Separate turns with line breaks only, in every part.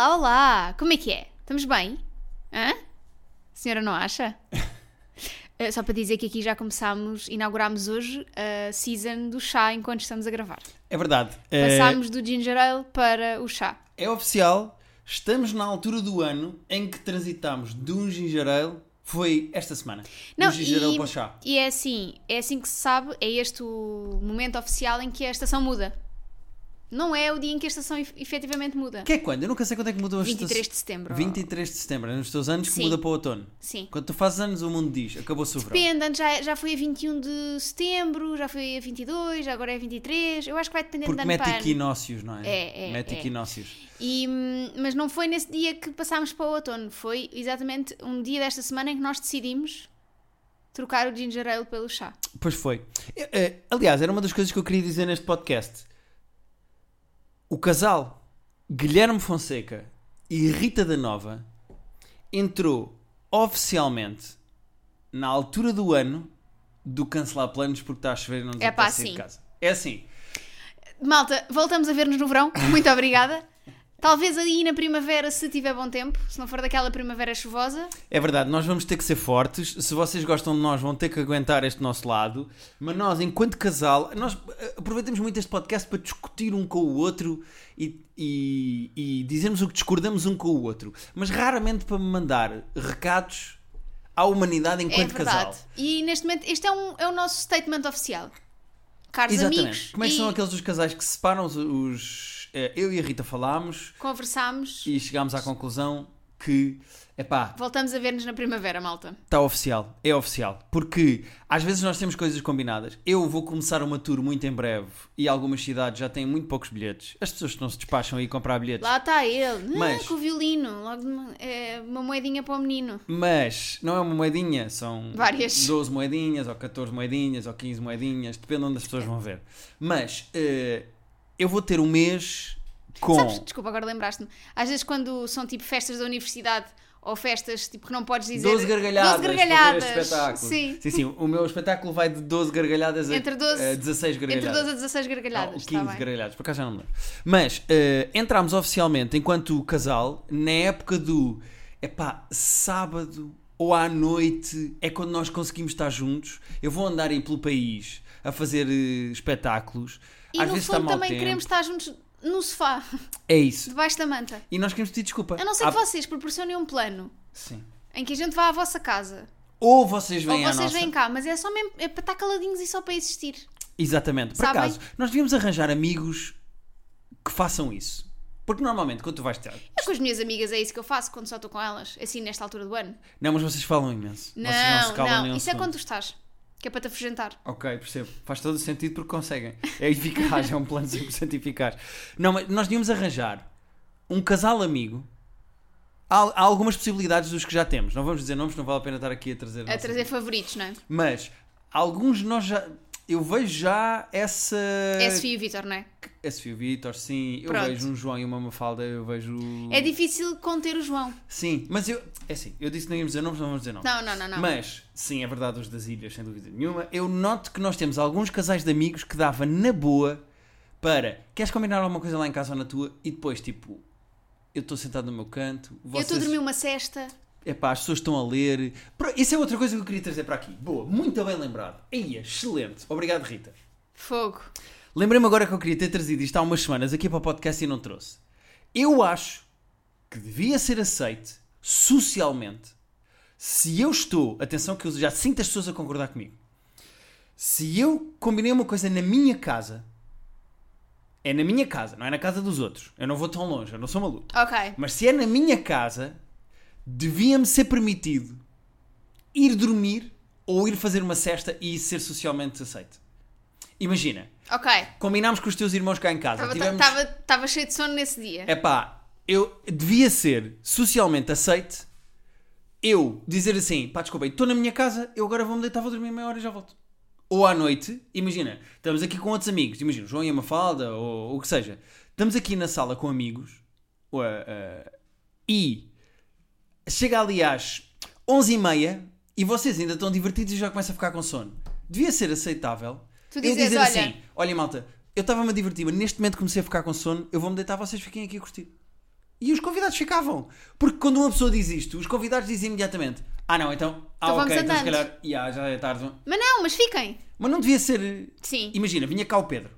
Olá, como é que é? Estamos bem? Hã? A senhora não acha? Eh, Só para dizer que aqui já começámos, inaugurámos hoje a season do chá enquanto estamos a gravar.
É verdade. Eh,
Passámos do ginger ale para o chá.
É oficial, estamos na altura do ano em que transitámos de um ginger ale, foi esta semana.
Não,
um ginger ale
e-
para o chá.
E é assim, é assim que se sabe, é este o momento oficial em que a estação muda. Não é o dia em que a estação ef- efetivamente muda.
Que é quando? Eu nunca sei quando é que mudou a
23 de setembro.
23 de setembro, é nos teus anos que
Sim.
muda para o outono.
Sim.
Quando tu fazes anos, o mundo diz, acabou-se o verão.
Depende, antes já, já foi a 21 de setembro, já foi a 22, já agora é a 23. Eu acho que vai depender de
Porque
ano
mete
para ano.
equinócios, não é?
É, é,
mete
é.
equinócios.
E, hum, mas não foi nesse dia que passámos para o outono, foi exatamente um dia desta semana em que nós decidimos trocar o ginger ale pelo chá.
Pois foi. Eh, eh, Aliás, era uma das coisas que eu queria dizer neste podcast. O casal Guilherme Fonseca e Rita da Nova entrou oficialmente na altura do ano do cancelar planos porque está a chover e não nos
É pá,
apetece sair
sim.
de casa. É assim.
Malta, voltamos a ver-nos no verão, muito obrigada. Talvez aí na primavera, se tiver bom tempo, se não for daquela primavera chuvosa.
É verdade, nós vamos ter que ser fortes. Se vocês gostam de nós, vão ter que aguentar este nosso lado. Mas nós, enquanto casal, nós eh, aproveitamos muito este podcast para discutir um com o outro e, e, e dizermos o que discordamos um com o outro. Mas raramente para mandar recados à humanidade
É
enquanto
verdade.
casal.
E neste momento, este é, um, é o nosso statement oficial. Caros
Exatamente.
amigos,
Como é que
e
são aqueles dos casais que se separam? Os, os- eh, eu e a Rita falámos
conversámos,
e chegámos à conclusão que, epá,
voltamos a ver-nos na primavera, malta.
Está oficial, é oficial. Porque às vezes nós temos coisas combinadas. Eu vou começar uma tour muito em breve e algumas cidades já têm muito poucos bilhetes. As pessoas não se despacham a ir comprar bilhetes.
Lá está ele, Ah,
Mas-
com o violino, logo de uma- é, uma moedinha para o menino.
Mas não é uma moedinha, são
Várias.
12 moedinhas, ou 14 moedinhas, ou 15 moedinhas, depende de onde as pessoas vão ver. Mas eh, eu vou ter um mês com.
Sabes, desculpa, agora lembraste-me. Às vezes, quando são tipo festas da universidade ou festas tipo que não podes dizer.
12 gargalhadas.
12
Para ver este
gargalhadas.
espetáculo.
Sim.
sim, sim. O meu espetáculo vai de 12 gargalhadas a-
Entre 12
a 16 gargalhadas.
Entre 12 a 16
Ou
gargalhadas.
15
está tá bem.
gargalhados, por acaso já não me lembro. Mas eh, entramos oficialmente enquanto casal na época do epá, sábado ou à noite é quando nós conseguimos estar juntos. Eu vou andar aí pelo país a fazer eh, espetáculos.
E
Às
no
vezes
fundo
está mau
também
tempo.
queremos estar juntos no sofá,
É isso.
debaixo da manta.
E nós queremos pedir desculpa.
A não ser
Há-
que vocês proporcionem um plano
Sim.
em que a gente vá à vossa casa.
Ou vocês
Ou
vêm à
vocês
nossa.
vêm cá, mas é só mesmo é para estar caladinhos e só para existir.
Exatamente. Por
Sabem?
acaso, nós devíamos arranjar amigos que façam isso. Porque normalmente quando tu vais ter.
Eu com as minhas amigas é isso que eu faço quando só estou com elas, assim nesta altura do ano.
Não, mas vocês falam imenso.
Não,
vocês não se calam
não,
nem um
isso é
segundo.
quando tu estás, que é para te afugentar.
Ok, percebo. Faz todo o sentido porque conseguem. É eficaz, é um plano 100% eficaz. Não, mas nós devíamos arranjar um casal amigo. Há, há algumas possibilidades dos que já temos. Não vamos dizer nomes, não vale a pena estar aqui a trazer.
A
nossas-
trazer favoritos, não é?
Mas alguns nós já. Eu vejo já essa.
É Sofia e o Vitor, não é?
Esse Fio Vitor, sim. Eu
Pronto.
vejo um João e uma Mafalda, eu vejo.
É difícil conter o João.
Sim, mas eu. É assim, eu disse que não íamos dizer nomes, não vamos dizer nomes.
Não, não, não, não.
Mas, sim, é verdade, os das ilhas, sem dúvida nenhuma. Eu noto que nós temos alguns casais de amigos que dava na boa para. Queres combinar alguma coisa lá em casa ou na tua? E depois, tipo, eu estou sentado no meu canto.
eu estou a
Vocês,
dormir um- uma cesta.
Epá, as pessoas estão a ler. Pro- Isso é outra coisa que eu queria trazer para aqui. Boa, muito bem lembrado. Aí, excelente. Obrigado, Rita.
Fogo.
Lembrei-me agora que eu queria ter trazido isto há umas semanas aqui para o podcast e não trouxe. Eu acho que devia ser aceite socialmente se eu estou, atenção que eu já sinto as pessoas a concordar comigo, se eu combinei uma coisa na minha casa, é na minha casa, não é na casa dos outros. Eu não vou tão longe, eu não sou maluco.
Ok.
Mas se é na minha casa, devia-me ser permitido ir dormir ou ir fazer uma cesta e isso ser socialmente aceito. Imagina,
Ok.
combinámos com os teus irmãos cá em casa.
Estava
Tivemos... É-
tava, tava cheio de sono nesse dia.
Epá, eu devia ser socialmente aceite eu dizer assim, pá, desculpem, estou na minha casa, eu agora vou-me deitar, vou dormir meia hora e já volto. Ou à noite, imagina, estamos aqui com outros amigos, imagina, o João e a Mafalda, ou o que seja. Estamos aqui na sala com amigos ou, eh, eh, e chega ali às 11h30 e vocês ainda estão divertidos e já começam a ficar com sono. Devia ser aceitável
Tu
eu
dizes,
dizer
"Olha."
assim, olha malta, eu estava-me a divertir, mas neste momento comecei a ficar com sono, eu vou-me deitar, vocês fiquem aqui a curtir. E os convidados ficavam. Porque quando uma pessoa diz isto, os convidados dizem imediatamente: Ah, não, então. Ah,
Então vamos
ok, então se
andando.
calhar. "Ya, já é tarde.
Mas não, mas fiquem.
Mas não devia ser.
Sim.
Imagina, vinha cá o Pedro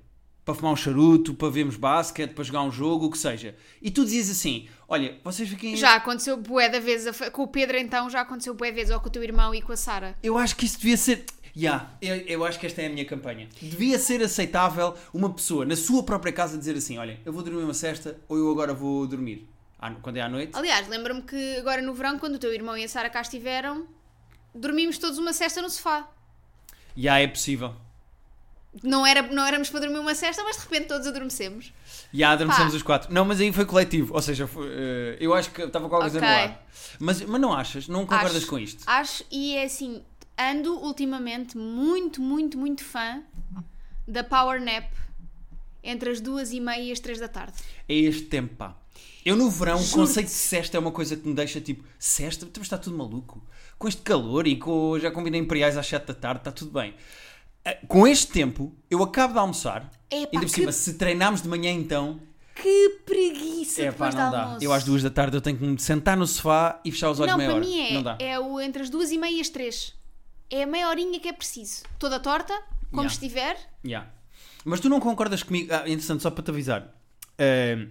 para fumar um charuto, para vermos basquete, para jogar um jogo, o que seja. E tu dizias assim: Olha, vocês é?" fiquem.
Já aconteceu bué da vez, a fa- com o Pedro então, já aconteceu bué vezes, ou com o teu irmão e com a Sara.
Eu acho que isso devia ser. Ya, eu, eu acho que esta é a minha campanha. Devia ser aceitável uma pessoa na sua própria casa dizer assim: Olha, eu vou dormir uma cesta ou eu agora vou dormir. À no- Quando é à noite.
Aliás, lembro-me que agora no verão, quando o teu irmão e a Sara cá estiveram, dormimos todos uma cesta no sofá.
Ya, é possível.
Não, era, não éramos para dormir uma cesta, mas de repente todos adormecemos.
E adormecemos
Pá.
os quatro. Não, mas aí foi coletivo. Ou seja, foi, eh, eu acho que estava com alguma coisa
Ok.
no ar. Mas, mas não achas? Não concordas
Acho-
com isto?
Acho, e é assim, ando ultimamente muito, muito, muito fã da Power Nap entre as duas e meia e as três da tarde.
É este tempo, pá. Eu no verão, o
Juro-te.
conceito de cesta é uma coisa que me deixa tipo, cesta? Estamos está tudo maluco. Com este calor e com. Já combinei imperiais às 7 da tarde, está tudo bem. Ah, Com este tempo, eu acabo de almoçar.
É, pá,
ainda por
que-
cima, se treinarmos de manhã então.
Que preguiça
É pá,
depois
não
de
dá.
almoço.
Eu às duas da tarde eu tenho que me sentar no sofá e fechar os olhos
Não,
meia
para
hora.
mim
Não dá.
é, é o entre as duas e meia e as três. É a meia horinha que é preciso. Toda torta, como
Yeah.
estiver.
Yeah. Mas tu não concordas comigo? Ah, interessante, só para te avisar. Ehm,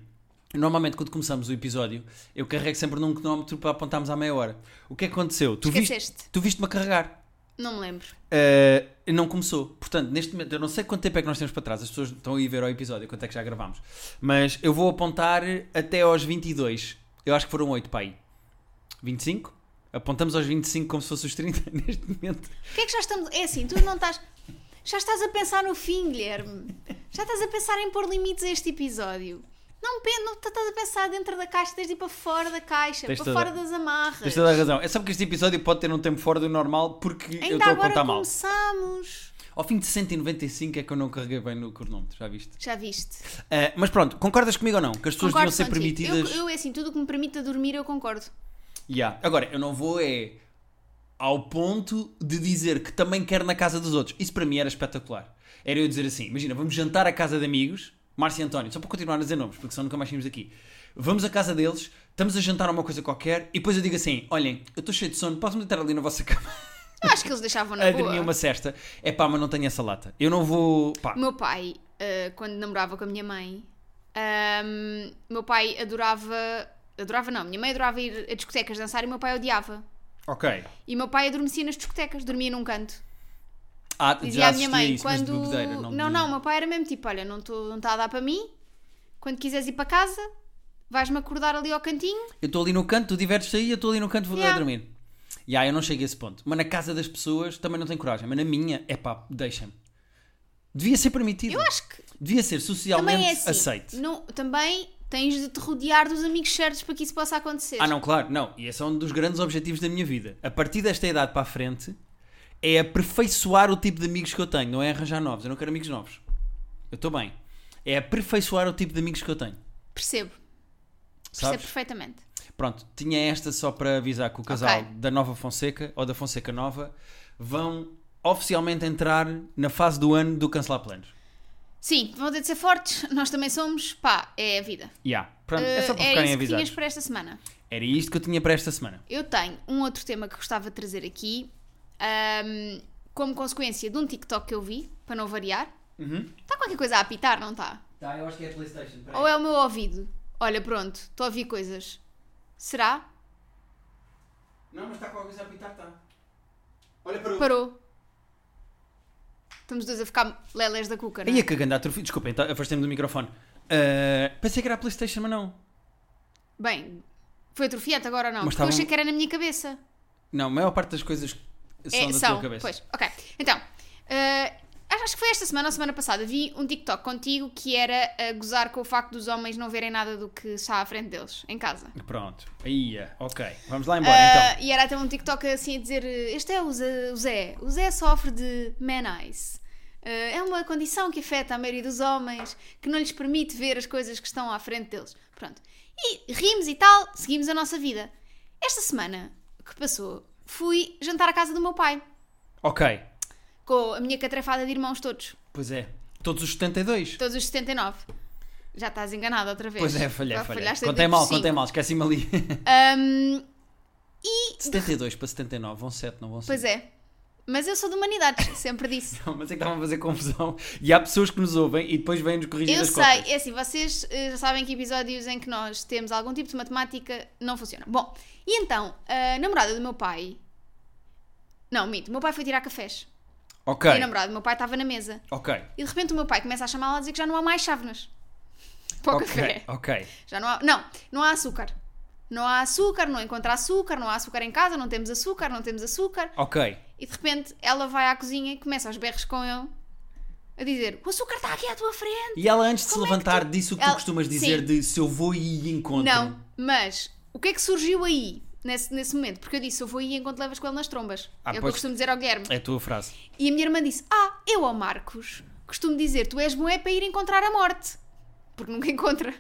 normalmente, quando começamos o episódio, eu carrego sempre num cronómetro para apontarmos à meia hora. O que é que aconteceu? Tu viste,
Esqueceste.
tu viste-me a carregar.
Não me lembro.
Eh, não começou. Portanto, neste momento, eu não sei quanto tempo é que nós temos para trás. As pessoas estão aí a ver ao episódio, quanto é que já gravámos. Mas eu vou apontar até aos 22. Eu acho que foram 8 para aí. 25? Apontamos aos 25 como se fosse os 30 neste momento.
O que é que já estamos. É assim, tu não estás. Já estás a pensar no fim, Guilherme. Já estás a pensar em pôr limites a este episódio. Não, pen- não estás a pensar dentro da caixa, tens de ir para fora da caixa,
Tens
para
toda-
fora das amarras.
Tens toda a razão. É só porque este episódio pode ter um tempo fora do normal porque eu
Ainda
estou a
agora
apontar mal.
começamos.
Ao fim de 195 é que eu não carreguei bem no cronómetro, já viste?
Já viste?
Ah, mas pronto, concordas comigo ou não? Que as pessoas deviam ser
contigo.
permitidas.
Eu, eu, é assim, tudo o que me permita dormir, eu concordo.
Ya. Agora, eu não vou é ao ponto de dizer que também quero na casa dos outros. Isso para mim era espetacular. Era eu dizer assim: imagina, vamos jantar à casa de amigos, Márcio e António, só para continuar a dizer nomes, porque senão nunca mais saímos daqui. Vamos à casa deles, estamos a jantar uma coisa qualquer, e depois eu digo assim: olhem, eu estou cheio de sono, posso-me deitar ali na vossa cama
Eu acho que eles deixavam na
a
boa.
dormir uma cesta? É pá, mas não tenho essa lata. Eu não vou. Pá.
O meu pai, eh, quando namorava com a minha mãe, ahm, o meu pai adorava. Adorava não, a minha mãe adorava ir a discotecas dançar e o meu pai odiava.
Ok.
E o meu pai adormecia nas discotecas, dormia num canto.
Ah,
Dizia
já
à minha
assisti a
mãe,
isso, mas de
quando.
bebedeira,
não,
de-
não, o meu pai era mesmo tipo: olha, não está não tá a dar para mim, quando quiseres ir para casa, vais-me acordar ali ao cantinho.
Eu estou ali no canto, tu divertes aí, eu estou ali no canto, vou
Yeah.
a dormir. E aí eu não chego a esse ponto. Mas na casa das pessoas também não tenho coragem. Mas na minha, é pá, deixem-me. Devia ser permitido.
Eu acho que
Devia ser
também
socialmente
é assim.
aceito.
Não, também tens de te rodear dos amigos certos para que isso possa acontecer.
Ah, não, claro, não. E esse é um dos grandes objetivos da minha vida. A partir desta idade para a frente, é aperfeiçoar o tipo de amigos que eu tenho, não é arranjar novos. Eu não quero amigos novos. Eu estou bem. É aperfeiçoar o tipo de amigos que eu tenho.
Percebo, percebo
Sabes?
perfeitamente.
Pronto, tinha esta só para avisar que o casal
Ok.
da Nova Fonseca ou da Fonseca Nova vão oficialmente entrar na fase do ano do cancelar planos.
Sim, vão ter de ser fortes, nós também somos, pá, é a vida.
Yeah. Pronto, é só para
Eh,
ficarem
isso que
avisados.
tinhas para esta semana.
Era isto que eu tinha para esta semana.
Eu tenho um outro tema que gostava de trazer aqui, ahm, como consequência de um TikTok que eu vi, para não variar.
Uhum.
Está qualquer coisa a apitar, não está?
Tá, eu acho que é PlayStation.
Ou é o meu ouvido? Olha, pronto, estou a ouvir coisas. Será?
Não, mas está com a coisa a apitar, está. Olha para
Parou. Estamos dois a ficar lelés da cuca, não
Aí
é?
a cagando a atrofia. Desculpem, tá, afastei-me do microfone. Ah, pensei que era a PlayStation, mas não.
Bem, foi atrofiante agora ou não?
Mas
Porque eu
estavam-
achei que era na minha cabeça.
Não, a maior parte das coisas são
É,
da
são,
tua cabeça.
Pois, ok. Então, eh, acho acho que foi esta semana ou semana passada, vi um TikTok contigo que era a gozar com o facto dos homens não verem nada do que está à frente deles, em casa.
Pronto, aí, é. ok. Vamos lá embora então.
Eh, E era até um TikTok assim a dizer: eh, Este é o Zé. O Zé, o Zé sofre de man eyes. Eh, é uma condição que afeta a maioria dos homens, que não lhes permite ver as coisas que estão à frente deles. Pronto. E rimos e tal, seguimos a nossa vida. Esta semana que passou, fui jantar à casa do meu pai.
Ok,
com a minha catrafada de irmãos todos,
Pois é. Todos os 72.
todos os 79. Já estás enganada outra vez.
Pois é,
Já
falhei, falhei.
falhaste a
Contei
tipo
mal,
cinco.
contei mal, esqueci-me ali.
Ahm,
72 para 79, vão 7, não vão 7.
pois é. Mas eu sou de humanidades, sempre disse.
Não, mas é que estavam a fazer confusão. E há pessoas que nos ouvem e depois vêm-nos corrigir
Eu
as
sei,
contas.
é assim, vocês eh, já sabem que episódios em que nós temos algum tipo de matemática não funcionam. Bom, e então, a namorada do meu pai. Não, minto, o meu pai foi tirar cafés.
Ok,
E a namorada do meu pai estava na mesa.
ok,
E de repente o meu pai começa a chamá-la a dizer que já não há mais chávenas para o
ok,
café.
ok.
Já não há. Não, não há açúcar. Não há açúcar, não encontra açúcar, não há açúcar em casa, não temos açúcar, não temos açúcar.
Ok,
E de repente ela vai à cozinha e começa aos berros com ele a dizer: O açúcar está aqui à tua frente.
E ela, antes de se
Como é que
levantar,
tu-
disse o que
Ela-
tu costumas dizer
Sim.
de se eu vou e encontro.
Não, mas o que é que surgiu aí, nesse, nesse momento? Porque eu disse: Eu vou aí enquanto levas com ele nas trombas. é
Ah,
o que eu
pois.
costumo dizer ao Guilherme.
É a tua frase.
E a minha irmã disse: Ah, eu ao Marcos costumo dizer: Tu és bom é para ir encontrar a morte. Porque nunca encontra.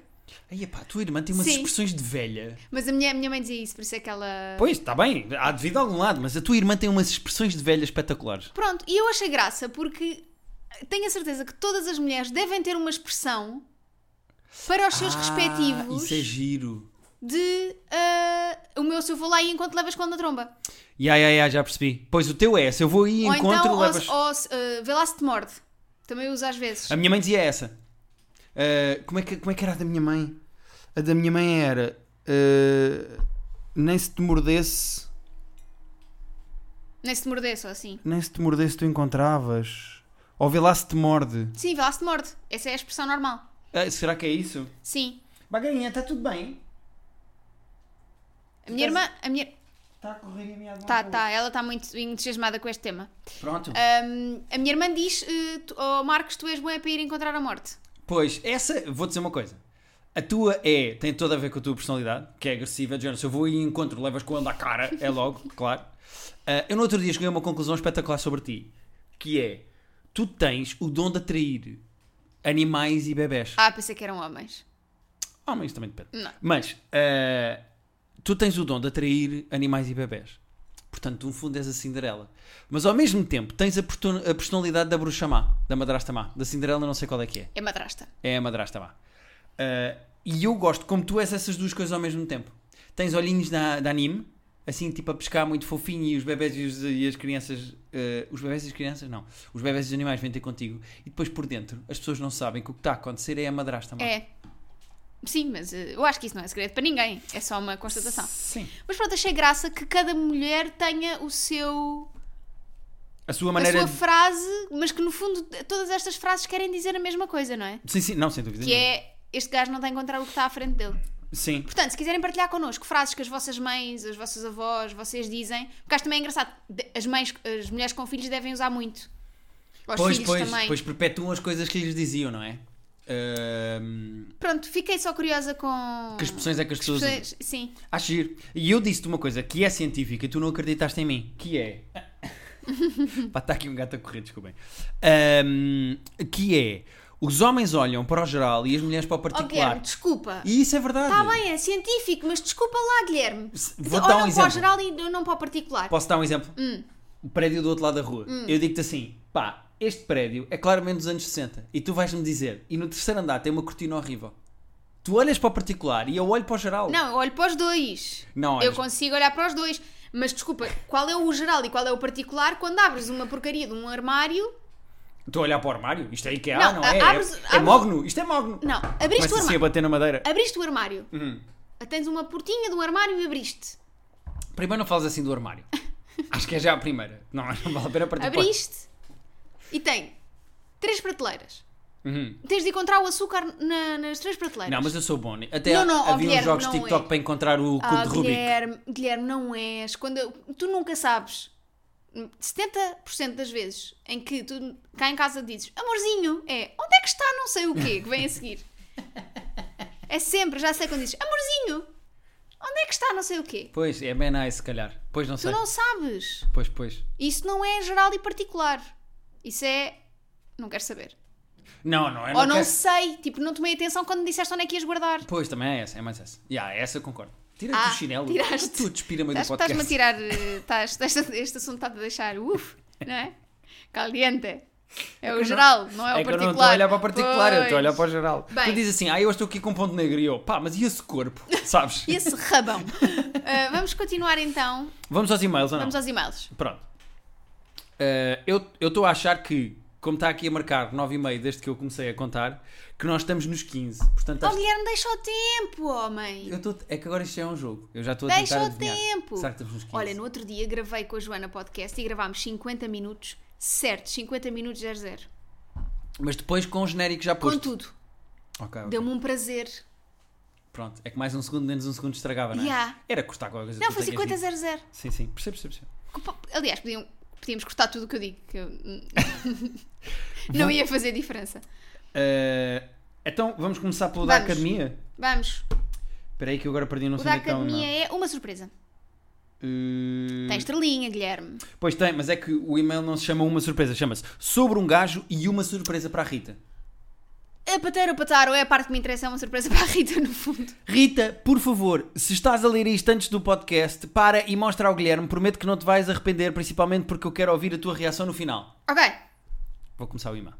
Aí, pá, a tua irmã tem umas
Sim.
expressões de velha.
Mas a minha, a minha mãe dizia isso, por isso é que ela.
Pois, está bem, há devido a algum lado, mas a tua irmã tem umas expressões de velha espetaculares.
Pronto, e eu achei graça porque tenho a certeza que todas as mulheres devem ter uma expressão para os seus
Ah,
respectivos
Isso é giro.
de ah, o meu se eu vou lá e enquanto levas quando a tromba.
Ya, ya, ya, já percebi. Pois o teu é essa, eu vou e
ou
encontro
então,
levas.
ou, ou, se, ah, vê lá se te morde. Também uso às vezes.
A minha mãe dizia essa. Ah, como, é que, como é que era a da minha mãe? A da minha mãe era. ah, nem se te mordesse.
Nem se te mordesse ou assim.
Nem se te mordesse tu encontravas. Ou vê lá se te morde.
Sim, vê lá se te morde. Essa é a expressão normal.
Ah, será que é isso?
Sim.
Bagarinha, está tudo bem?
A minha irmã. A minha...
Está a correr a minha
Tá, tá, Ah, ela está muito entusiasmada com este tema.
Pronto.
Ahm, a minha irmã diz: eh, tu- oh, Marcos, tu és bom é para ir encontrar a morte.
Pois, essa, vou dizer uma coisa. A tua é, tem toda a ver com a tua personalidade, que é agressiva, de género, se eu vou e encontro, levas com ele à cara, é logo, claro. Ah, eu no outro dia cheguei a uma conclusão espetacular sobre ti, que é, tu tens o dom de atrair animais e bebés.
Ah, pensei que eram homens.
Ah, mas isso também depende.
Não.
Mas, ah, tu tens o dom de atrair animais e bebés. Portanto, tu, no fundo és a Cinderela. Mas ao mesmo tempo, tens a, portu- a personalidade da bruxa má, da madrasta má. Da Cinderela não sei qual é que é.
É madrasta.
É a madrasta má. Ah, e eu gosto, como tu és essas duas coisas ao mesmo tempo. Tens olhinhos na, de anime, assim tipo a pescar muito fofinho e os bebés e, os- e as crianças. ah, os bebés e as crianças, não. Os bebés e os animais vêm ter contigo. E depois por dentro, as pessoas não sabem que o que está a acontecer é a madrasta má.
É. Sim, mas eh, eu acho que isso não é segredo para ninguém. É só uma constatação.
Sim.
Mas pronto, achei graça que cada mulher tenha o seu.
A sua maneira.
a sua
de-
frase, mas que no fundo todas estas frases querem dizer a mesma coisa, não é?
Sim, sim, não, sem dúvida.
Que
nenhuma.
é. Este gajo não está a encontrar o que está à frente dele.
Sim.
Portanto, se quiserem partilhar connosco frases que as vossas mães, as vossas avós, vocês dizem, porque acho também é engraçado, de- as, mães, as mulheres com filhos devem usar muito. Aos
Pois,
filhos
pois,
também.
pois perpetuam as coisas que lhes diziam, não é? Ahm,
Pronto, fiquei só curiosa com.
que expressões é que as pessoas. usam?
pessoas- Sim.
Acho giro. E eu disse-te uma coisa que é científica e tu não acreditaste em mim, que é. Pá, está aqui um gato a correr, desculpem. Ahm, que é. Os homens olham para o geral e as mulheres para o
Oh,
particular.
Guilherme, desculpa.
e isso é verdade.
Está bem, é científico, mas desculpa lá, Guilherme.
Se-
Olha
vou dar um
para o
exemplo.
geral e não para o particular.
Posso dar um exemplo?
Hum.
O prédio do outro lado da rua. Eu digo-te assim, pá, este prédio é claramente dos anos 60. E tu vais-me dizer, e no terceiro andar tem uma cortina horrível. Tu olhas para o particular e eu olho para o geral.
Não, eu olho para os dois.
Não,
eu
olhas-
consigo olhar para os dois. Mas desculpa, qual é o geral e qual é o particular quando abres uma porcaria de um armário?
Estou a olhar para o armário? Isto é IKEA,
Não,
não,
a-
é?
abres-
é é
abres-
mogno, isto é mogno.
Não, abriste
Começa
o
assim a
armário.
bater na madeira.
Abriste o armário.
Hum.
Tens uma portinha do armário e abriste.
Primeiro não falas assim do armário. Acho que é já a primeira. Não, não vale a pena partir para
Abriste e tem três prateleiras. Tens de encontrar o açúcar na- nas três prateleiras.
Uhum. Não, mas eu sou bom. Até
Não, não, ó,
havia uns
Guilherme,
jogos
não
TikTok
é.
para encontrar o cubo
Ah,
de Rubik.
Guilherme, Guilherme, não és. Quando eu- tu nunca sabes. 70% das vezes em que tu cá em casa dizes amorzinho, é onde é que está não sei o quê que vem a seguir. É sempre, já sei quando dizes amorzinho, onde é que está não sei o quê.
Pois, é bem nice, se calhar. Pois, não
Tu
sei.
não sabes.
Pois, pois.
Isso não é geral e particular. Isso é. Não quero saber.
Não, não, eu
Ou
não,
não
quero-
sei. Tipo, não tomei atenção quando disseste onde é que ias guardar.
Pois, também é essa, é mais essa. Já, essa eu concordo. Tira-te
Ah,
o chinelo.
tiraste.
Tu despira meio do
Estás- Estás-me a
um podcast.
tirar. eh, Estás, estás- este assunto está-te a deixar. Uf, não é? Caliente. É
que eu
o
não-
geral, não é,
é
o particular.
que eu não estou a olhar para o particular, eu estou a olhar
Pois.
para o geral.
Bem.
Tu dizes assim, ah, eu estou aqui com ponto negro e eu, pá, mas e esse corpo? Sabes?
E esse rabão. Ah, vamos continuar então.
Vamos aos e-mails ou não?
Vamos aos e-mails.
Pronto. Eh, eu eu estou a achar que, como está aqui a marcar 9,5 desde que eu comecei a contar, que nós estamos nos 15. Portanto,
Oh,
acho-
Guilherme, deixa o tempo, homem.
eu tô- é que agora isto já é um jogo. Eu já estou a
Deixa
tentar
o
adivinhar.
tempo.
Será que estamos nos 15?
Olha, no outro dia gravei com a Joana podcast e gravámos 50 minutos, certo, 50 minutos 00.
Mas depois com o genérico já posto.
Contudo,
Ok, ok.
deu-me um prazer.
Pronto, é que mais um segundo, menos um segundo estragava, não é?
Yeah.
Era cortar qualquer coisa.
Não,
que eu
foi
tenha
50
dito.
00.
Sim, sim, percebo, percebo. percebo.
Aliás, podiam- podíamos cortar tudo o que eu digo, que eu- não ia fazer diferença.
Eh, então, vamos começar pelo da
Vamos.
academia?
Vamos,
Espera aí que eu agora perdi, não Hum.
o
sei
da
onde é que está o
academia
e-mail.
é uma surpresa.
Eh,
Tem estrelinha, Guilherme.
Pois tem, mas é que o e-mail não se chama uma surpresa, chama-se sobre um gajo e uma surpresa para a Rita.
A pateira ou pataro é a parte que me interessa, é uma surpresa para a Rita, no fundo.
Rita, por favor, se estás a ler isto antes do podcast, para e mostra ao Guilherme. Prometo que não te vais arrepender, principalmente porque eu quero ouvir a tua reação no final.
Ok,
Vou começar o e-mail.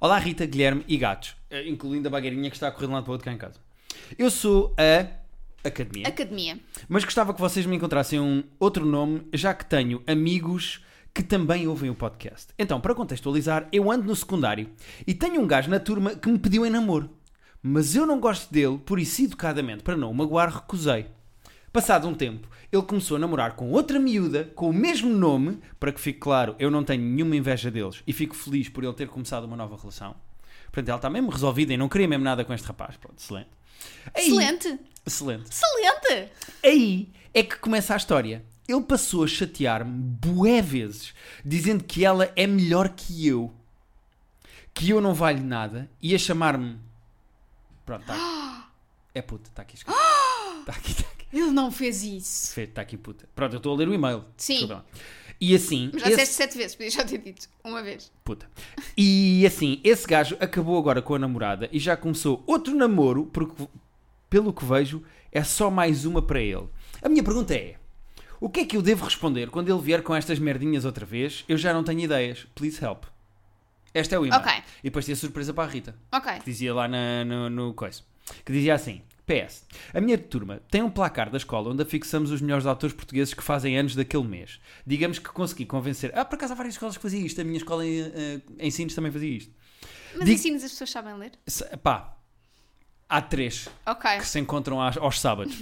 Olá, Rita, Guilherme e gatos, eh, incluindo a bagueirinha que está a correr de um lado para o outro cá em casa. Eu sou a Academia,
academia.
mas gostava que vocês me encontrassem um outro nome, já que tenho amigos que também ouvem o podcast. Então, para contextualizar, eu ando no secundário e tenho um gajo na turma que me pediu em namoro. Mas eu não gosto dele, por isso, educadamente, para não o magoar, recusei. Passado um tempo, ele começou a namorar com outra miúda com o mesmo nome, para que fique claro, eu não tenho nenhuma inveja deles e fico feliz por ele ter começado uma nova relação. Portanto, ela está mesmo resolvida e não queria mesmo nada com este rapaz. Pronto, excelente. Aí-
Excelente,
Excelente.
excelente.
Aí é que começa a história. Ele passou a chatear-me bué vezes, dizendo que ela é melhor que eu, que eu não valho nada, e a chamar-me. Pronto, tá aqui. É puta, está aqui escrito. Está aqui, está aqui.
Ele não fez isso.
Feito, Está aqui puta. Pronto, eu estou a ler o e-mail.
Sim.
Desculpa lá. E assim.
Mas já
esse-
disseste sete vezes, podia já ter dito uma vez.
Puta. E assim, esse gajo acabou agora com a namorada e já começou outro namoro, porque pelo que vejo é só mais uma para ele. A minha pergunta é: o que é que eu devo responder quando ele vier com estas merdinhas outra vez? Eu já não tenho ideias. Please help. Esta é o e-mail.
Ok.
E depois tem a surpresa para a Rita
Ok.
que dizia lá na- no, no coisa, que dizia assim: PS, a minha turma tem um placar da escola onde afixamos os melhores autores portugueses que fazem anos daquele mês. Digamos que consegui convencer. Ah, por acaso há várias escolas que faziam isto, a minha escola em, eh, em Sines também fazia isto.
Mas
Digo-
ensinas as pessoas sabem ler?
Se- pá, há três
Ok.
que se encontram às- aos sábados.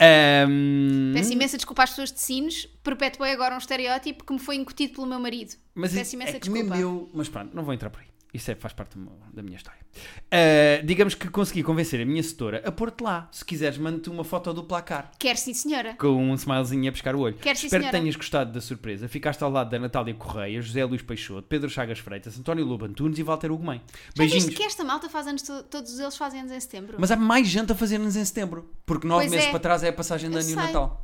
Ahm,
Peço imensa desculpa às pessoas de Sines, perpetuei agora um estereótipo que me foi incutido pelo meu marido.
Mas
Peço
isso-
imensa
é que
desculpa.
mesmo eu- mas pronto, não vou entrar por aí. Isso é, faz parte do meu- da minha história. Ah, digamos que consegui convencer a minha setora a pôr-te lá. Se quiseres, mando-te uma foto do placar.
Quer sim, senhora.
com um smilezinho a pescar o olho.
Quero, sim,
Espero que
senhora.
tenhas gostado da surpresa. Ficaste ao lado da Natália Correia, José Luís Peixoto, Pedro Chagas Freitas, António Lobo Antunes e Walter Ugumem.
Já viste
Beijinhos.
que é? esta malta faz anos, to- todos eles fazem anos em setembro. Mas...
Mas há mais gente a fazer-nos em setembro, porque nove
Pois
meses
é.
para trás é a passagem de
Eu
ano e o
sei.
Natal.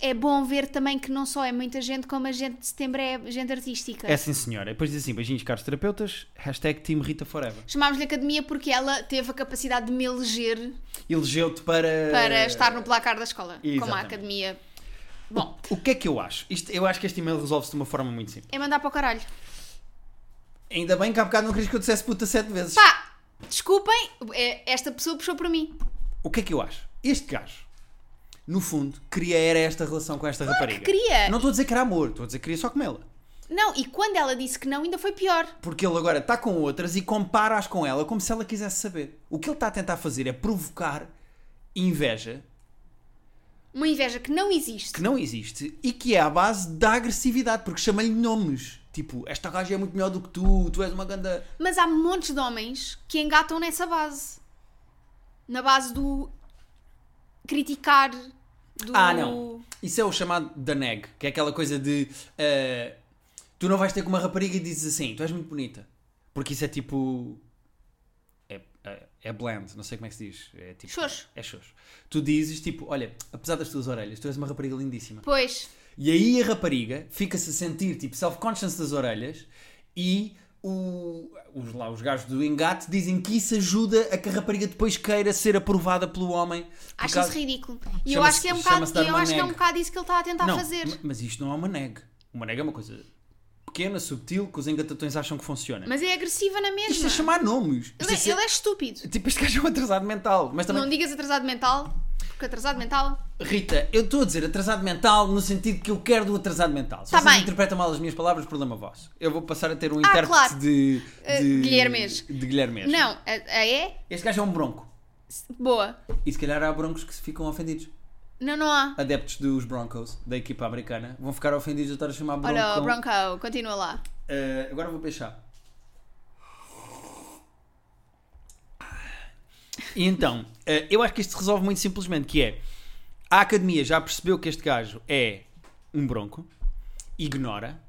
é bom ver também que não só é muita gente, como a gente de setembro é gente artística.
É sim, senhora. E depois diz assim: beijinhos, caros terapeutas, hashtag Team Rita Forever.
Chamámos-lhe academia porque ela teve a capacidade de me eleger
Elegeu-te para.
para estar no placar da escola. Como a
É. Exatamente.
academia. Bom,
O que é que eu acho? Isto- eu acho que este e-mail resolve-se de uma forma muito simples.
é mandar para o caralho.
Ainda bem que há bocado não querias que eu dissesse puta sete vezes.
Pá, desculpem, é- esta pessoa puxou por mim.
O que é que eu acho? Este gajo, no fundo, queria era esta relação com esta rapariga.
queria.
Não estou a dizer que era amor, estou a dizer que queria só comê-la.
Não, e quando ela disse que não, ainda foi pior.
Porque ele agora está com outras e compara-as com ela como se ela quisesse saber. O que ele está a tentar fazer é provocar inveja
Uma inveja que não existe.
que não existe e que é à base da agressividade, porque chama-lhe nomes. Tipo, esta gaja é muito melhor do que tu, tu és uma ganda.
Mas há montes de homens que engatam nessa base. Na base do criticar, do
Ah, não. Isso é o chamado da neg, que é aquela coisa de eh, tu não vais ter com uma rapariga e dizes assim, tu és muito bonita. Porque isso é tipo. É, é, é bland, não sei como é que se diz. É tipo.
Xoxo.
É xoxo. Tu dizes tipo, olha, apesar das tuas orelhas, tu és uma rapariga lindíssima.
Pois,
E aí a rapariga fica-se a sentir tipo self-conscious das orelhas e. O, os, lá, os gajos do engate dizem que isso ajuda a que a rapariga depois queira ser aprovada pelo homem. por
acho
causa-
isso ridículo. E eu
Chama-se-
acho que é um bocado,
chama-se dar
e eu
uma
acho que é um
neg.
bocado isso que ele está a tentar
não,
fazer.
ma- Mas isto não é uma neg. Uma neg é uma coisa pequena, subtil, que os engatatões acham que funciona.
Mas é agressiva na mesma.
Isto é chamar nomes. Isto
Ele,
é ser-
é, ele é estúpido.
Tipo, este gajo é um atrasado mental. Mas também.
Não digas atrasado mental, porque atrasado mental.
Rita, eu estou a dizer atrasado mental no sentido que eu quero do atrasado mental. Se
Tá
vocês
bem.
interpretam mal as minhas palavras, problema vosso. Eu vou passar a ter um
Ah,
intérprete
claro.
de,
Eh,
de.
Guilhermes.
De Guilhermes.
Não, a, a é
Este gajo é um bronco.
boa.
E se calhar há broncos que se ficam ofendidos.
Não, não há.
Adeptos dos Broncos, da equipa americana, vão ficar ofendidos de eu estar a chamar bronco.
Olha, o Bronco, continua lá.
Eh, agora vou peixar. E então, eh, eu acho que isto se resolve muito simplesmente, que é a academia já percebeu que este gajo é um bronco, ignora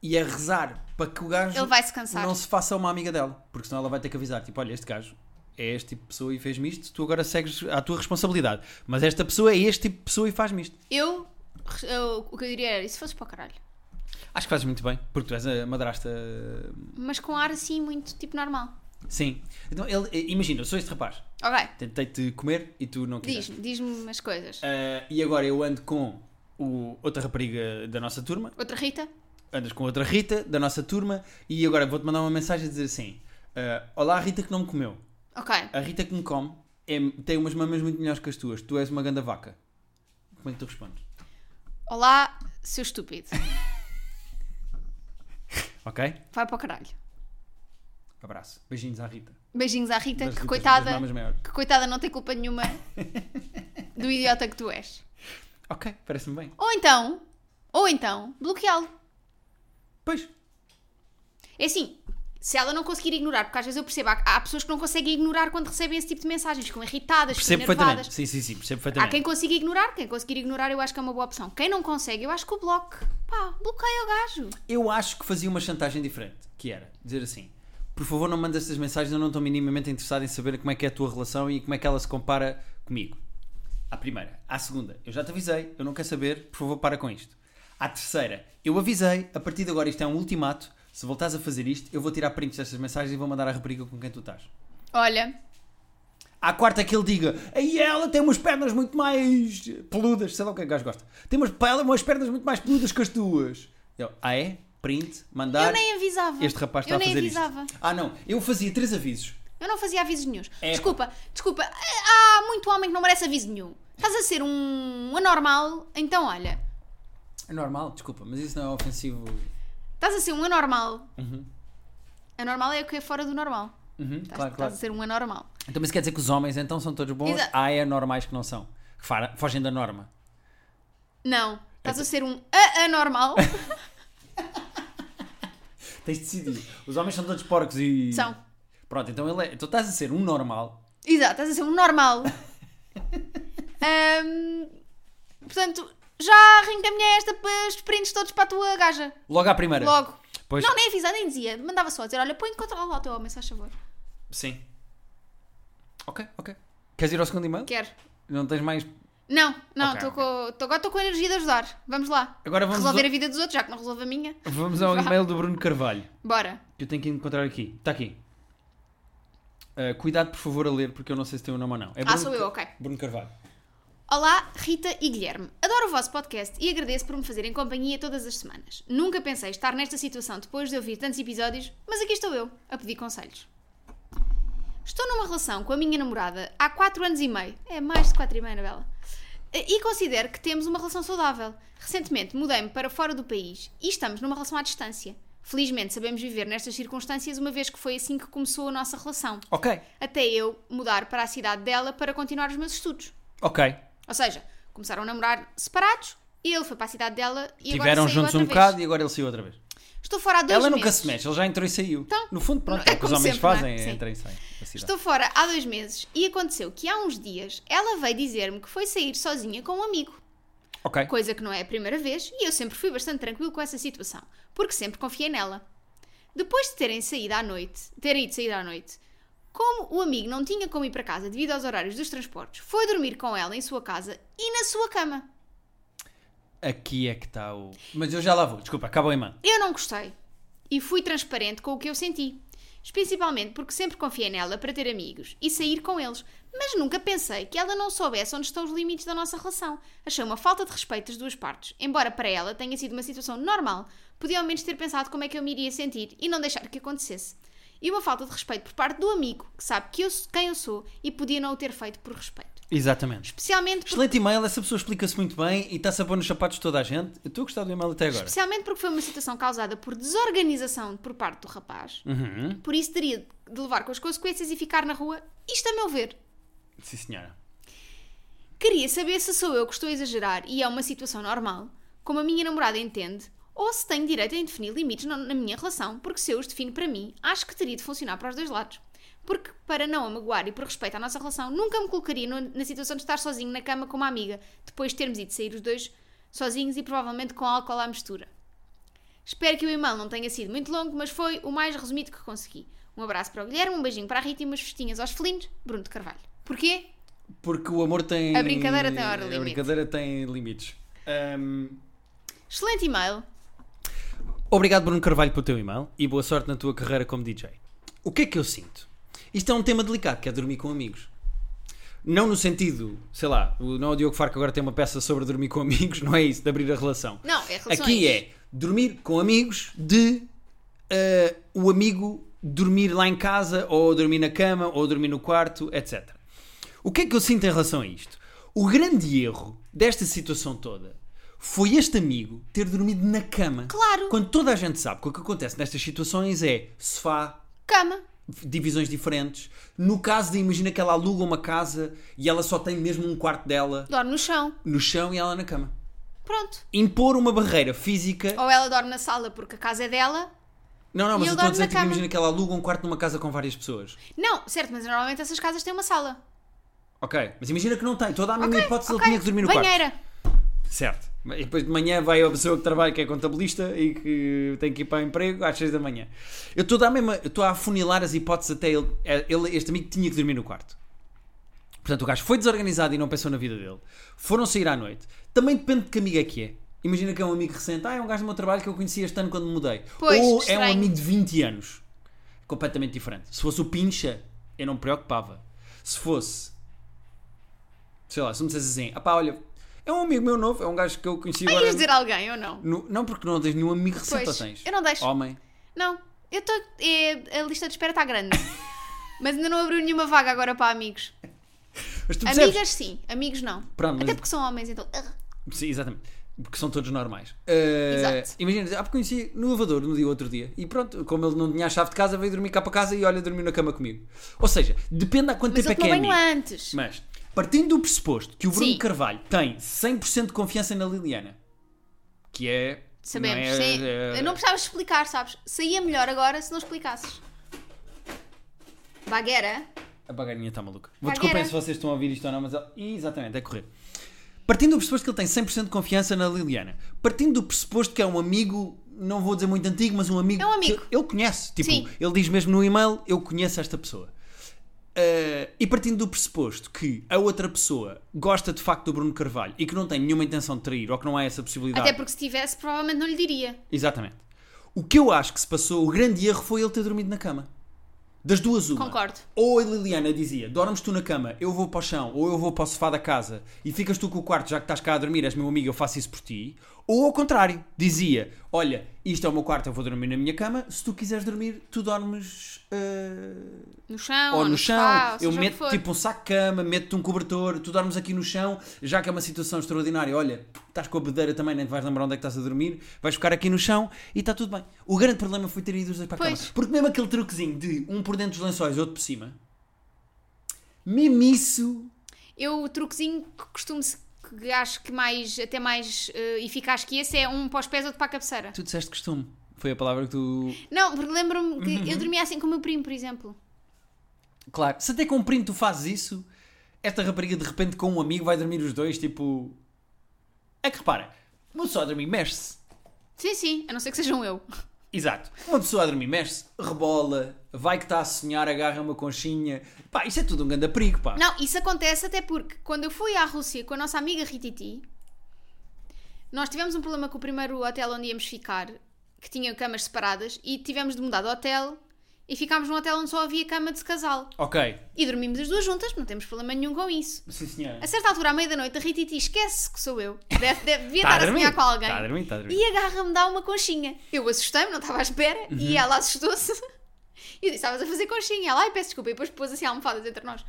e a rezar para que o gajo
Ele vai se cansar.
não se faça uma amiga dela, porque senão ela vai ter que avisar, tipo, olha, este gajo é este tipo de pessoa e fez-me isto, tu agora segues à tua responsabilidade, mas esta pessoa é este tipo de pessoa e faz-me isto.
Eu, eu- o que eu diria era, e se fosse para o caralho?
Acho que fazes muito bem, porque tu és a madrasta
Mas com ar assim, muito tipo normal.
Sim. Então, ele, imagina, eu sou este rapaz.
Ok,
Tentei-te comer e tu não quiseste.
diz-me, diz-me umas coisas.
Ah, e agora eu ando com o, outra rapariga da nossa turma,
Outra Rita?
andas com outra Rita da nossa turma e agora vou-te mandar uma mensagem a dizer assim: ah, Olá, Rita que não me comeu.
Ok.
A Rita que me come é- tem umas mamas muito melhores que as tuas. Tu és uma ganda vaca. Como é que tu respondes?
Olá, seu estúpido.
Ok?
Vai para o caralho.
Abraço. Beijinhos à Rita.
Beijinhos à Rita,
Das
que
Ritas
coitada,
das mamas maiores.
que coitada não tem culpa nenhuma do idiota que tu és.
Ok, parece-me bem.
Ou então, ou então, bloqueá-lo.
Pois.
É assim, se ela não conseguir ignorar, porque às vezes eu percebo, há, há pessoas que não conseguem ignorar quando recebem esse tipo de mensagens, ficam irritadas, ficam
Percebo
nervadas.
perfeitamente. Sim, sim, sim. Percebo
Há
perfeitamente.
quem consiga ignorar, quem conseguir ignorar eu acho que é uma boa opção. Quem não consegue, eu acho que o bloco. Pá, bloqueia o gajo.
Eu acho que fazia uma chantagem diferente, que era dizer assim: por favor, não mandes estas mensagens, eu não estou minimamente interessado em saber como é que é a tua relação e como é que ela se compara comigo. À primeira. À segunda, eu já te avisei, eu não quero saber, por favor, para com isto. À terceira, eu avisei, a partir de agora isto é um ultimato, se voltares a fazer isto, eu vou tirar prints destas mensagens e vou mandar à rapariga com quem tu estás.
Olha,
À quarta que ele diga, aí ela tem umas pernas muito mais peludas, sei lá o que é que o gajo gosta. Tem umas, ela, umas pernas muito mais peludas que as tuas. Eu, ah é? Print, mandar.
eu nem avisava.
Este rapaz está
eu
a
nem
fazer
avisava.
isto. Ah, não. Eu fazia três avisos.
Eu não fazia avisos nenhums.
É.
Desculpa, desculpa. Há muito homem que não merece aviso nenhum. Estás a ser um anormal, então olha.
É normal, desculpa, mas isso não é ofensivo.
Estás a ser um anormal.
Uhum.
Anormal é o que é fora do normal.
Uhum,
Estás,
claro,
estás
claro.
a ser um anormal.
Então, mas quer dizer que os homens então são todos bons?
Exato.
Há é normais que não são. Que fara- fogem da norma.
Não.
É
Estás a ser um a- anormal.
Tens de decidir. Os homens são todos porcos e.
São.
Pronto, então ele é... então estás a ser um normal.
Exato, estás a ser um normal. Ahm, portanto, já reencaminhei esta, estes prints todos para a tua gaja.
Logo à primeira.
Logo.
É. Pois.
Não, nem avisava, nem dizia. Mandava só a dizer: olha, põe controle lá o teu homem, se faz favor.
Sim. Ok, ok. Queres ir ao segundo e-mail?
Quero.
Não tens mais.
Não, não,
Ok,
estou
ok.
com- tô- agora estou com a energia de ajudar. Vamos lá.
Agora vamos
Resolver
ao-
a vida dos outros, já que não resolve a minha.
Vamos ao e-mail do Bruno Carvalho.
Bora.
Que eu tenho que encontrar aqui. Está aqui. Ah, cuidado, por favor, a ler, porque eu não sei se tem o nome ou não. É
Ah, sou eu, ok.
Bruno Carvalho.
Olá, Rita e Guilherme. Adoro o vosso podcast e agradeço por me fazerem companhia todas as semanas. Nunca pensei estar nesta situação depois de ouvir tantos episódios, mas aqui estou eu, a pedir conselhos. Estou numa relação com a minha namorada há 4 anos e meio. É mais de 4 e meio, Anabela. E considero que temos uma relação saudável. Recentemente mudei-me para fora do país e estamos numa relação à distância. Felizmente sabemos viver nestas circunstâncias, uma vez que foi assim que começou a nossa relação.
Ok,
Até eu mudar para a cidade dela para continuar os meus estudos.
ok.
Ou seja, começaram a namorar separados, ele foi para a cidade dela e agora
Tiveram
saiu
juntos
outra
um
vez.
bocado e agora ele saiu outra vez.
Estou fora há dois
Ela
meses.
nunca se mexe, ele já entrou e saiu.
Então,
no fundo, pronto,
é
é o que os
como
homens
sempre, não é?
fazem, é
Sim.
entram e saem. da cidade.
Estou fora há dois meses e aconteceu que há uns dias ela veio dizer-me que foi sair sozinha com um amigo.
Ok,
Coisa que não é a primeira vez e eu sempre fui bastante tranquilo com essa situação, porque sempre confiei nela. Depois de terem saído à noite, terem ido sair à noite, como o amigo não tinha como ir para casa devido aos horários dos transportes, foi dormir com ela em sua casa e na sua cama.
aqui é que está o. Mas eu já lá vou, desculpa, acaba o imã.
Eu não gostei e fui transparente com o que eu senti. Principalmente porque sempre confiei nela para ter amigos e sair com eles, mas nunca pensei que ela não soubesse onde estão os limites da nossa relação. Achei uma falta de respeito das duas partes, embora para ela tenha sido uma situação normal, podia ao menos ter pensado como é que eu me iria sentir e não deixar que acontecesse. E uma falta de respeito por parte do amigo, que sabe que eu, sou- quem eu sou e podia não o ter feito por respeito.
Exatamente.
Especialmente porque,
Excelente e-mail, essa pessoa explica-se muito bem e está-se a pôr nos sapatos de toda a gente. Eu estou a gostar do e-mail até agora.
especialmente porque foi uma situação causada por desorganização por parte do rapaz.
Uhum.
Por isso teria de levar com as consequências e ficar na rua. Isto a meu ver.
Sim, senhora.
Queria saber se sou eu que estou a exagerar e é uma situação normal, como a minha namorada entende, ou se tenho direito a definir limites na- na minha relação, porque se eu os defino para mim, acho que teria de funcionar para os dois lados. Porque, para não a magoar e por respeito à nossa relação, nunca me colocaria no- na situação de estar sozinho na cama com uma amiga, depois de termos ido sair os dois sozinhos e provavelmente com álcool à mistura. Espero que o e-mail não tenha sido muito longo, mas foi o mais resumido que consegui. Um abraço para o Guilherme, um beijinho para a Rita e umas festinhas aos felinos, Bruno de Carvalho. Porquê?
Porque o amor tem.
A brincadeira tem hora
A
limite.
brincadeira tem limites. Ahm,
Excelente e-mail.
Obrigado, Bruno Carvalho, pelo teu e-mail e boa sorte na tua carreira como DJ. O que é que eu sinto? Isto é um tema delicado, que é dormir com amigos. Não no sentido, sei lá, o- não é o Diogo Farco agora tem uma peça sobre dormir com amigos, não é isso, de abrir a relação.
Não, é relações.
Aqui é dormir com amigos de eh, o amigo dormir lá em casa, ou dormir na cama, ou dormir no quarto, etc. O que é que eu sinto em relação a isto? O grande erro desta situação toda foi este amigo ter dormido na cama.
Claro.
Quando toda a gente sabe que o que acontece nestas situações é sofá,
Cama.
divisões diferentes. No caso de imagina que ela aluga uma casa e ela só tem mesmo um quarto dela
Dorme no chão.
no chão e ela na cama.
Pronto.
Impor uma barreira física
Ou ela dorme na sala porque a casa é dela.
Não, não, mas
E ele
eu estou a
dorme
dizer
na
que
cama.
imagina que ela aluga um quarto numa casa com várias pessoas.
Não, certo, mas normalmente essas casas têm uma sala.
Ok, mas imagina que não tem. Toda a minha hipótese
ok.
ele tinha que dormir no
Banheira.
quarto. Certo. E depois de manhã vai a pessoa que trabalha, que é contabilista e que tem que ir para o emprego às 6 da manhã. Eu estou a dar mesmo, eu estou a afunilar as hipóteses até ele, é, ele- este amigo tinha que dormir no quarto. Portanto, o gajo foi desorganizado e não pensou na vida dele. Foram sair à noite. Também depende de que amigo é que é. Imagina que é um amigo recente. Ah, é um gajo do meu trabalho que eu conheci este ano quando me mudei.
Pois,
Ou é um
estranho.
amigo de 20 anos. Completamente diferente. Se fosse o Pincha, eu não me preocupava. Se fosse... Sei lá, se me dissesse assim... Ah pá, olha... É um amigo meu novo. É um gajo que eu conheci
Ah,
agora...
ias dizer alguém ou não?
no- não, porque não tens nenhum amigo recente,
Pois,
ou tens?
eu não deixo.
Homem.
Não. Eu estou. é, A lista de espera está grande. mas ainda não abriu nenhuma vaga agora para amigos.
Mas tu percebes?
Amigas, sim. Amigos, não.
Pronto, mas- Tipo
Até porque são homens, então. ah,
Sim, exatamente. Porque são todos normais. Eh,
Exato.
Imagina, ah, porque conheci no elevador no dia outro dia. E pronto, como ele não tinha a chave de casa, veio dormir cá para casa e olha, dormiu na cama comigo. Ou seja, depende há quanto
Mas
tempo
ele
é que é
tomou banho
amigo.
antes.
Mas, partindo do pressuposto que o Bruno
Sim.
Carvalho tem 100% de confiança na Liliana, que é.
Sabemos.
Não é,
sim.
é-
Eu não precisava explicar, sabes? Saía melhor agora se não explicasses. Baguera.
A bagarinha está maluca.
Bagueira.
Desculpem se vocês estão a ouvir isto ou não, mas. ela- Exatamente, é correr. Partindo do pressuposto que ele tem 100% de confiança na Liliana, partindo do pressuposto que é um amigo, não vou dizer muito antigo, mas um amigo.
É um amigo.
Que ele conhece. Tipo,
Sim.
ele diz mesmo no e-mail: Eu conheço esta pessoa. Ah, e partindo do pressuposto que a outra pessoa gosta de facto do Bruno Carvalho e que não tem nenhuma intenção de trair ou que não há essa possibilidade.
Até porque se tivesse, provavelmente não lhe diria.
Exatamente. O que eu acho que se passou, o grande erro foi ele ter dormido na cama. Das duas, uma.
Concordo.
Ou a Liliana dizia: dormes tu na cama, eu vou para o chão, ou eu vou para o sofá da casa e ficas tu com o quarto, já que estás cá a dormir, és meu amigo, eu faço isso por ti. Ou ao contrário, dizia: olha, isto é o meu quarto, eu vou dormir na minha cama, se tu quiseres dormir, tu dormes. ah,
No chão,
ou no chão,
sofá, ou
eu
Ah, seja o que
meto
for.
tipo um saco de cama, meto-te um cobertor, tu dormes aqui no chão, já que é uma situação extraordinária. Olha, estás com a bedeira também, nem te vais lembrar onde é que estás a dormir, vais ficar aqui no chão e está tudo bem. O grande problema foi ter ido os dois para a cama.
Pois.
Porque mesmo aquele truquezinho de um por dentro dos lençóis, outro por cima, mesmo isso.
Eu o truquezinho que costumo se- que acho que mais até mais eh, eficaz que esse é um para os pés outro para a cabeceira.
Tu disseste costume. Foi a palavra que tu.
Não, porque lembro-me que
Uhum.
eu dormia assim com o meu primo, por exemplo.
Claro, se até com um primo tu fazes isso, esta rapariga de repente com um amigo vai dormir os dois, tipo. É que repara, uma pessoa a dormir mexe-se.
Sim, sim, a não ser que sejam eu.
Ah. Exato. Uma pessoa a dormir mexe-se, rebola, vai que está a sonhar, agarra uma conchinha. Pá, isso é tudo um grande perigo, pá.
Não, isso acontece até porque quando eu fui à Rússia com a nossa amiga Rititi, nós tivemos um problema com o primeiro hotel onde íamos ficar, que tinha camas separadas, e tivemos de mudar de hotel E ficámos num hotel onde só havia cama de casal.
Ok.
E dormimos as duas juntas, não temos problema nenhum com isso.
Sim, senhora.
A certa altura, à meia-da-noite, a Rititi esquece que sou eu. Deve, deve, devia
Tá
estar a sonhar com alguém.
Está a dormir, está a dormir.
E agarra-me, dá uma conchinha. Eu assustei-me, não estava à espera,
Uhum.
e ela assustou-se. E eu disse: Estavas a fazer conchinha. Ela, ai, peço desculpa. E depois pôs assim almofadas entre nós.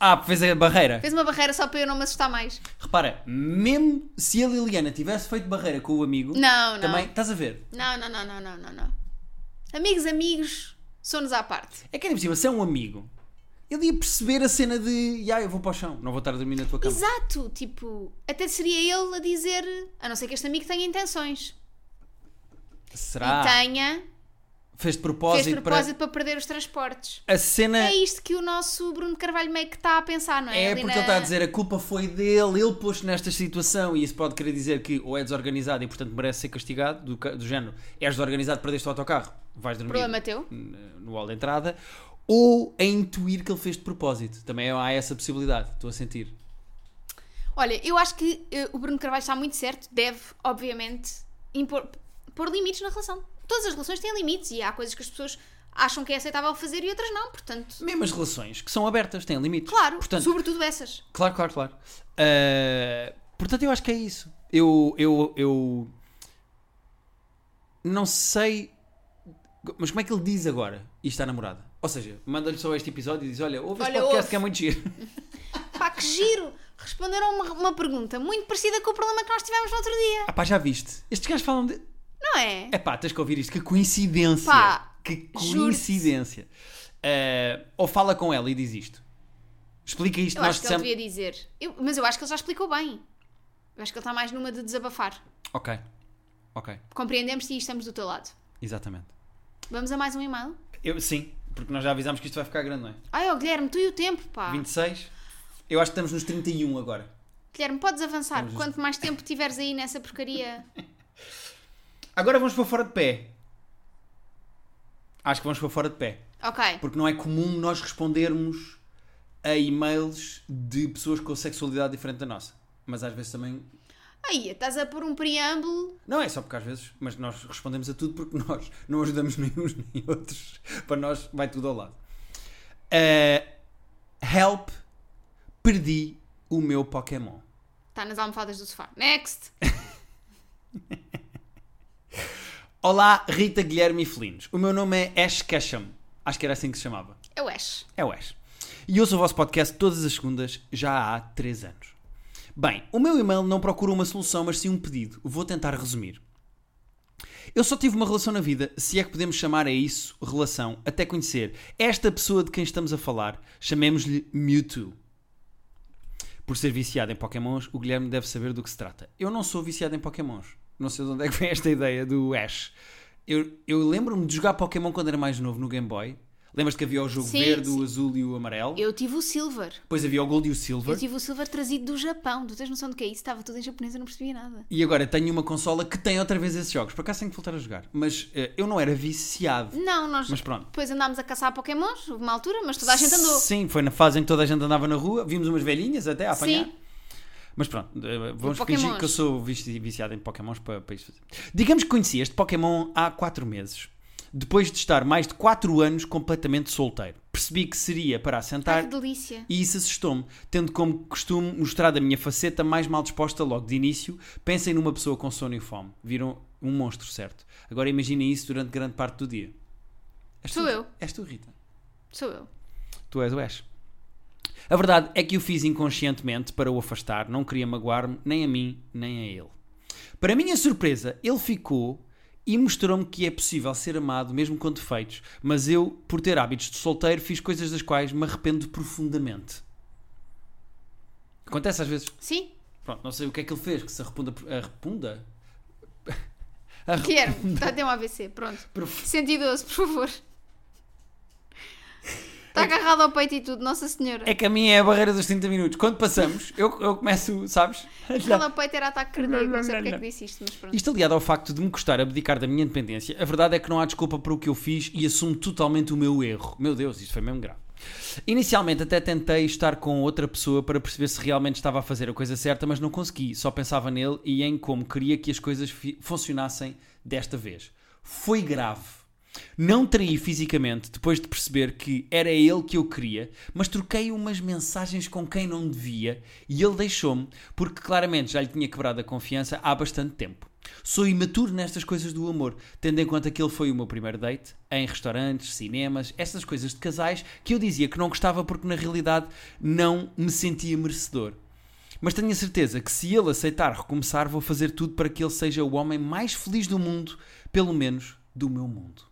Ah, fez a barreira.
Fez uma barreira só para eu não me assustar mais.
Repara, mesmo se a Liliana tivesse feito barreira com o amigo,
Não, não.
também estás a ver.
Não, não, não, não, não, não, não. Amigos, amigos, somos à parte.
É que ainda por cima, se é um amigo, ele ia perceber a cena de ah, eu vou para o chão, não vou estar a dormir na tua cama.
Exato, tipo, até seria ele a dizer, a não ser que este amigo tenha intenções.
Será?
E tenha, fez
Fez de Ah. propósito,
propósito para... perder os transportes.
para. A cena
É
é,
isto que o nosso Bruno de Carvalho meio que está a pensar, não é? Ali
porque
na-
ele está a dizer a culpa foi dele, ele pôs-te nesta situação e isso pode querer dizer que ou é desorganizado e portanto merece ser castigado, do, ca- do género és desorganizado, perdeste o autocarro, vais dormir
Problema teu.
n- no hall de entrada, ou a intuir que ele fez de propósito. Também há essa possibilidade, estou a sentir.
Olha, eu acho que eh, o Bruno Carvalho está muito certo, deve, obviamente, impor, pôr limites na relação. Todas as relações têm limites e há coisas que as pessoas acham que é aceitável fazer e outras não, portanto,
Mesmo as relações que são abertas, têm limites.
claro,
Portanto,
sobretudo essas.
Claro, claro, claro. Uh, portanto, eu acho que é isso. Eu, eu, eu não sei. Mas como é que ele diz agora? Isto à namorada. Ou seja, manda-lhe só este episódio e diz: Olha, ouve este
Olha,
podcast
ouve.
que é muito giro.
Pá, que giro! Responderam uma, uma pergunta muito parecida com o problema que nós tivemos no outro dia,
Ah, pá, já viste? Estes gajos falam de.
não é?
É pá, tens que ouvir isto. Que coincidência!
Pá,
que
juro-te.
coincidência! Uh, ou fala com ela e diz isto. Explica isto.
Eu
nós
acho que ele
dissemos.
devia dizer. Eu- mas eu acho que ele já explicou bem. Eu acho que ele está mais numa de desabafar.
Ok, ok,
Compreendemos-te e estamos do teu lado.
exatamente.
Vamos a mais um e-mail?
Eu, sim, porque nós já avisámos que isto vai ficar grande, não é?
Ai, ó Guilherme, tu e o tempo, pá.
26. Eu acho que estamos nos 31 agora.
Guilherme, podes avançar. Quanto mais tempo tiveres aí nessa porcaria.
Agora vamos para fora de pé. Acho que vamos para fora de pé.
Ok.
Porque não é comum nós respondermos a e-mails de pessoas com sexualidade diferente da nossa. Mas às vezes também.
Aí, estás a pôr um preâmbulo.
Não é só porque às vezes, mas nós respondemos a tudo porque nós não ajudamos nem uns nem outros. Para nós vai tudo ao lado. Eh, help, perdi o meu Pokémon.
Está Tá nas almofadas do sofá. Next.
Olá, Rita Guilherme e Felinos. O meu nome é Ash Casham. Acho que era assim que se chamava.
Eu acho.
É o Ash. E ouço o vosso podcast todas as segundas já há 3 anos. Bem, o meu e-mail não procura uma solução, mas sim um pedido. Vou tentar resumir. Eu só tive uma relação na vida, se é que podemos chamar a isso relação, até conhecer esta pessoa de quem estamos a falar. Chamemos-lhe Mewtwo. Por ser viciado em Pokémons, o Guilherme deve saber do que se trata. Eu não sou viciado em Pokémons. Não sei de onde é que vem esta ideia do Ash. Eu, eu lembro-me de jogar Pokémon quando era mais novo no Game Boy. Lembras-te que havia o jogo
Sim,
verde,
sim.
o azul e o amarelo?
Eu tive o silver.
Depois havia o Gold e o
Eu
Silver.
tive o silver trazido do Japão. Tu tens noção do que é isso? Estava tudo em japonês, eu não percebia nada.
E agora tenho uma consola que tem outra vez esses jogos. Por acaso tenho que voltar a jogar. Mas eh, eu não era viciado.
Não, nós
Mas pronto.
depois andámos a caçar pokémons, houve uma altura, mas toda a gente andou.
Sim, foi na fase em que toda a gente andava na rua. Vimos umas velhinhas até a apanhar.
Sim.
Mas pronto, eh, vamos
E
fingir
Pokémons.
que eu sou vici- viciado em Pokémons para, para isso fazer. Digamos que conheci este Pokémon há 4 meses. Depois de estar mais de 4 anos completamente solteiro. Percebi que seria para
Ai,
assentar
que delícia.
e isso assustou-me, tendo como costume mostrado a minha faceta mais mal disposta logo de início. Pensem numa pessoa com sono e fome. Viram um monstro, certo? Agora imaginem isso durante grande parte do dia. És
Sou
tu-
eu.
És tu, Rita.
Sou eu.
Tu és o Ash. A verdade é que o fiz inconscientemente para o afastar, não queria magoar-me, nem a mim, nem a ele. Para minha surpresa, ele ficou e mostrou-me que é possível ser amado mesmo com defeitos, mas eu, por ter hábitos de solteiro, fiz coisas das quais me arrependo profundamente. Acontece às vezes.
Sim?
Pronto, não sei o que é que ele fez, que se arrepunda. Arrepunda?
Guilherme, está a ter um AVC. Pronto.
Prof-
112, por favor. Está agarrado ao peito e tudo, Nossa Senhora.
É que a minha é a barreira dos 30 minutos. Quando passamos, eu, eu começo, sabes?
Ela ao peito era ataque cardíaco, não sei
Não, não,
porque é que
não.
disse isto, mas pronto.
Isto aliado ao facto de me custar abdicar da minha independência, a verdade é que não há desculpa para o que eu fiz e assumo totalmente o meu erro. Meu Deus, isto foi mesmo grave. Inicialmente até tentei estar com outra pessoa para perceber se realmente estava a fazer a coisa certa, mas não consegui. Só pensava nele e em como queria que as coisas fi- funcionassem desta vez. Foi grave. Não traí fisicamente depois de perceber que era ele que eu queria, mas troquei umas mensagens com quem não devia e ele deixou-me porque claramente já lhe tinha quebrado a confiança há bastante tempo. Sou imaturo nestas coisas do amor, tendo em conta que ele foi o meu primeiro date, em restaurantes, cinemas, essas coisas de casais que eu dizia que não gostava porque na realidade não me sentia merecedor. Mas tenho a certeza que se ele aceitar recomeçar, vou fazer tudo para que ele seja o homem mais feliz do mundo, pelo menos do meu mundo.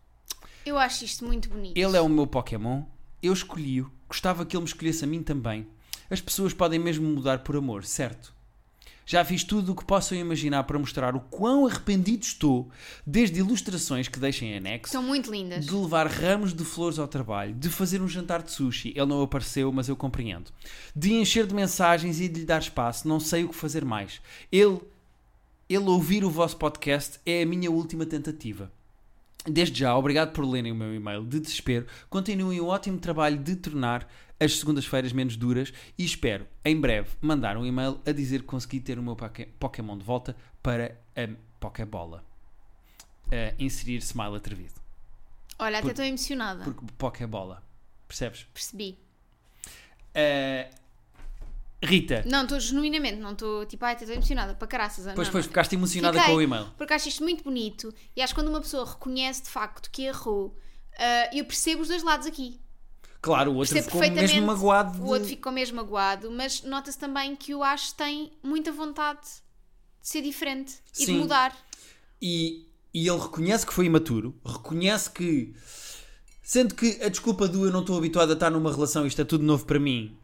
Eu acho isto muito bonito.
Ele é o meu Pokémon, eu escolhi-o, gostava que ele me escolhesse a mim também. As pessoas podem mesmo mudar por amor, certo? Já fiz tudo o que possam imaginar para mostrar o quão arrependido estou, desde ilustrações que deixem anexo,
São muito lindas.
de levar ramos de flores ao trabalho, de fazer um jantar de sushi, ele não apareceu, mas eu compreendo, de encher de mensagens e de lhe dar espaço, não sei o que fazer mais. Ele, ele ouvir o vosso podcast é a minha última tentativa. Desde já, obrigado por lerem o meu e-mail de desespero. Continuem o ótimo trabalho de tornar as segundas-feiras menos duras e espero, em breve, mandar um e-mail a dizer que consegui ter o meu poké- Pokémon de volta para a Pokébola. A inserir smile atrevido.
Olha, até
Por-
estou emocionada.
Porque Pokébola. Percebes?
Percebi.
Eh, Rita,
Não, estou genuinamente, não estou tipo, ai, até estou emocionada. Para caraças, Ana.
pois, pois, ficaste emocionada
Fiquei,
com o e-mail.
Porque acho isto muito bonito e acho que quando uma pessoa reconhece de facto que errou, ah, eu percebo os dois lados aqui.
Claro, o outro
Percebo
ficou
perfeitamente.
mesmo magoado.
O
de-
outro ficou mesmo magoado, mas nota-se também que o Ash tem muita vontade de ser diferente e de
Sim.
mudar.
e, e ele reconhece que foi imaturo, reconhece que. Sendo que a desculpa do eu não estou habituado a estar numa relação, isto é tudo novo para mim,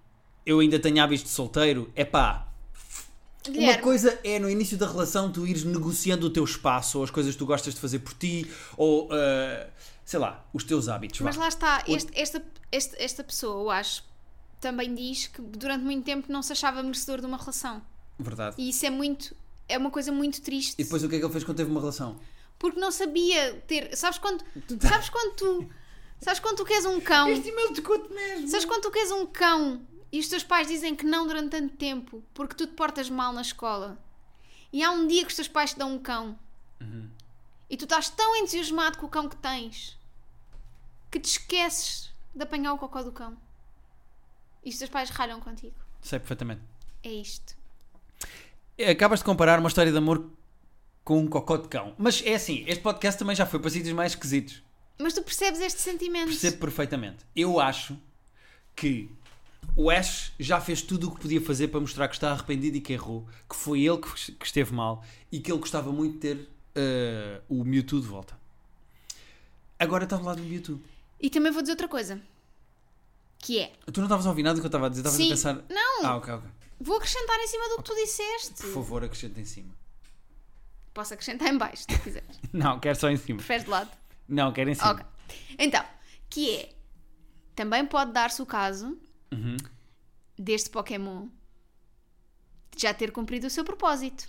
eu ainda tenho hábitos de solteiro, é pá. Uma
Guilherme,
coisa é no início da relação tu ires negociando o teu espaço, ou as coisas que tu gostas de fazer por ti, ou ah, sei lá, os teus hábitos.
mas
vá.
lá está, este- esta, este- esta pessoa, o Ash, também diz que durante muito tempo não se achava merecedor de uma relação.
Verdade.
E isso é muito. É uma coisa muito triste.
E depois o que é que ele fez quando teve uma relação?
Porque não sabia ter. Sabes quando. Sabes quando tu. Sabes quando tu queres um cão.
e-mail te conto mesmo.
Sabes quando tu queres um cão e os teus pais dizem que não durante tanto tempo porque tu te portas mal na escola. E há um dia que os teus pais te dão um cão e tu estás tão entusiasmado com o cão que tens que te esqueces de apanhar o cocó do cão. E os teus pais ralham contigo.
Sei perfeitamente.
É isto.
Acabas de comparar uma história de amor com um cocó de cão. Mas é assim, este podcast também já foi para sítios mais esquisitos.
Mas tu percebes este sentimento.
Percebo perfeitamente. Eu acho que o Ash já fez tudo o que podia fazer para mostrar que está arrependido e que errou, que foi ele que, que esteve mal e que ele gostava muito de ter eh, o Mewtwo de volta. Agora está do lado do Mewtwo.
E também vou dizer outra coisa. Que é.
Tu não estavas a ouvir nada do que eu estava a dizer, estavas a
Sim.
pensar.
Não!
Ah, ok, ok.
Vou acrescentar em cima do que tu disseste.
Por favor, acrescenta em cima.
Posso acrescentar em baixo, se quiseres.
Não, quero só em cima.
Preferes de lado?
Não, quero em cima.
Ok. Então, que é. Também pode dar-se o caso
Uhum.
deste Pokémon já ter cumprido o seu propósito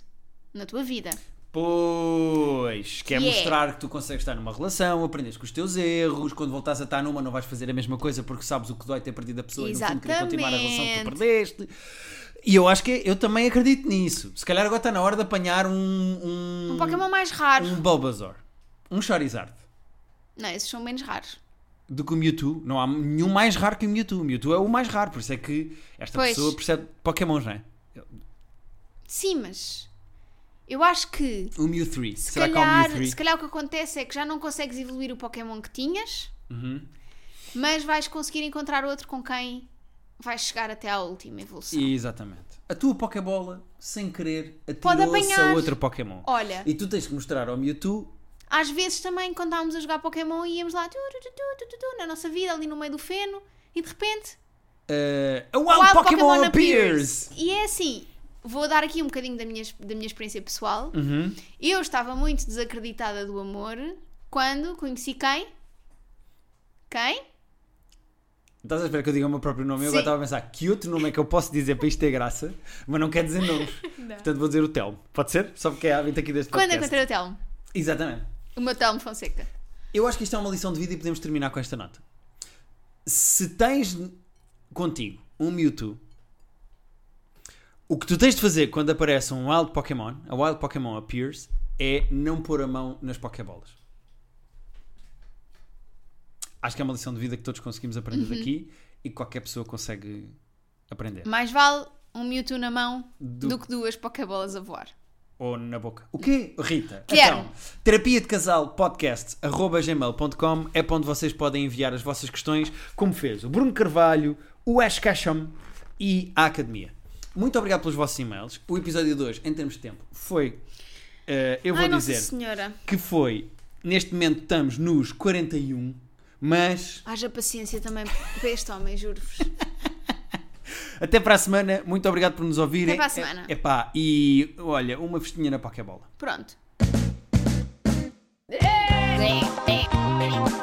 na tua vida.
Pois, quer
Que é?
mostrar que tu consegues estar numa relação, aprendes com os teus erros, quando voltares a estar numa não vais fazer a mesma coisa porque sabes o que dói ter perdido a pessoa e no fundo querer continuar a relação que tu perdeste. E eu acho que eu também acredito nisso. Se calhar agora está na hora de apanhar um um,
Um Pokémon mais raro.
um Bulbasaur, um Charizard.
Não, esses são menos raros.
Do que o Mewtwo, não há nenhum mais raro que o Mewtwo. O Mewtwo é o mais raro, por isso é que esta
Pois.
pessoa percebe Pokémons, não é?
Sim, mas. Eu acho que.
O Mewtwo.
Se
Será
calhar,
que há o Mewtwo?
se calhar o que acontece é que já não consegues evoluir o Pokémon que tinhas,
Uhum.
mas vais conseguir encontrar outro com quem vais chegar até à última evolução.
Exatamente. A tua Pokébola, sem querer,
Pode
atirou-se a
apanhar.
outro Pokémon.
Olha,
E tu tens que mostrar ao Mewtwo.
às vezes também quando estávamos a jogar Pokémon íamos lá tu, tu, tu, tu, tu, tu, tu, na nossa vida, ali no meio do feno, e de repente
Uh, a
Wild
Wild Pokémon, appears!
E é assim, vou dar aqui um bocadinho da minha, da minha experiência pessoal.
Uhum.
Eu estava muito desacreditada do amor quando conheci quem? Quem?
Estás a esperar que eu diga o meu próprio nome? Eu agora
Sim.
estava a pensar que outro nome é que eu posso dizer para isto ter graça, mas não quer dizer nomes. Portanto, vou dizer o Telmo. Pode ser? Só porque é hábito aqui deste
Quando
podcast.
encontrei o Telmo?
Exatamente.
O meu Telmo Fonseca.
Eu acho que isto é uma lição de vida e podemos terminar com esta nota. Se tens contigo um Mewtwo, o que tu tens de fazer quando aparece um Wild Pokémon, a Wild Pokémon appears, é não pôr a mão nas Pokébolas. Acho que é uma lição de vida que todos conseguimos aprender daqui e que qualquer pessoa consegue aprender.
Mais vale um Mewtwo na mão
Do-
do, que duas Pokébolas a voar.
Ou na boca. O quê? Rita.
Quero.
Então, terapia de casal podcast arroba gmail.com é para onde vocês podem enviar as vossas questões, como fez o Bruno Carvalho, o Ash Casham e a Academia. Muito obrigado pelos vossos e-mails. O episódio 2, em termos de tempo, foi. eh, eu vou
Ai, Nossa
dizer
Senhora.
que foi. Neste momento estamos nos 41, mas
Haja paciência também para este homem, juro-vos.
até para a semana. Muito obrigado por nos ouvirem.
Até para a semana.
É, epá, e olha, uma festinha na Pokébola.
Pronto.
Blah, blah, blah,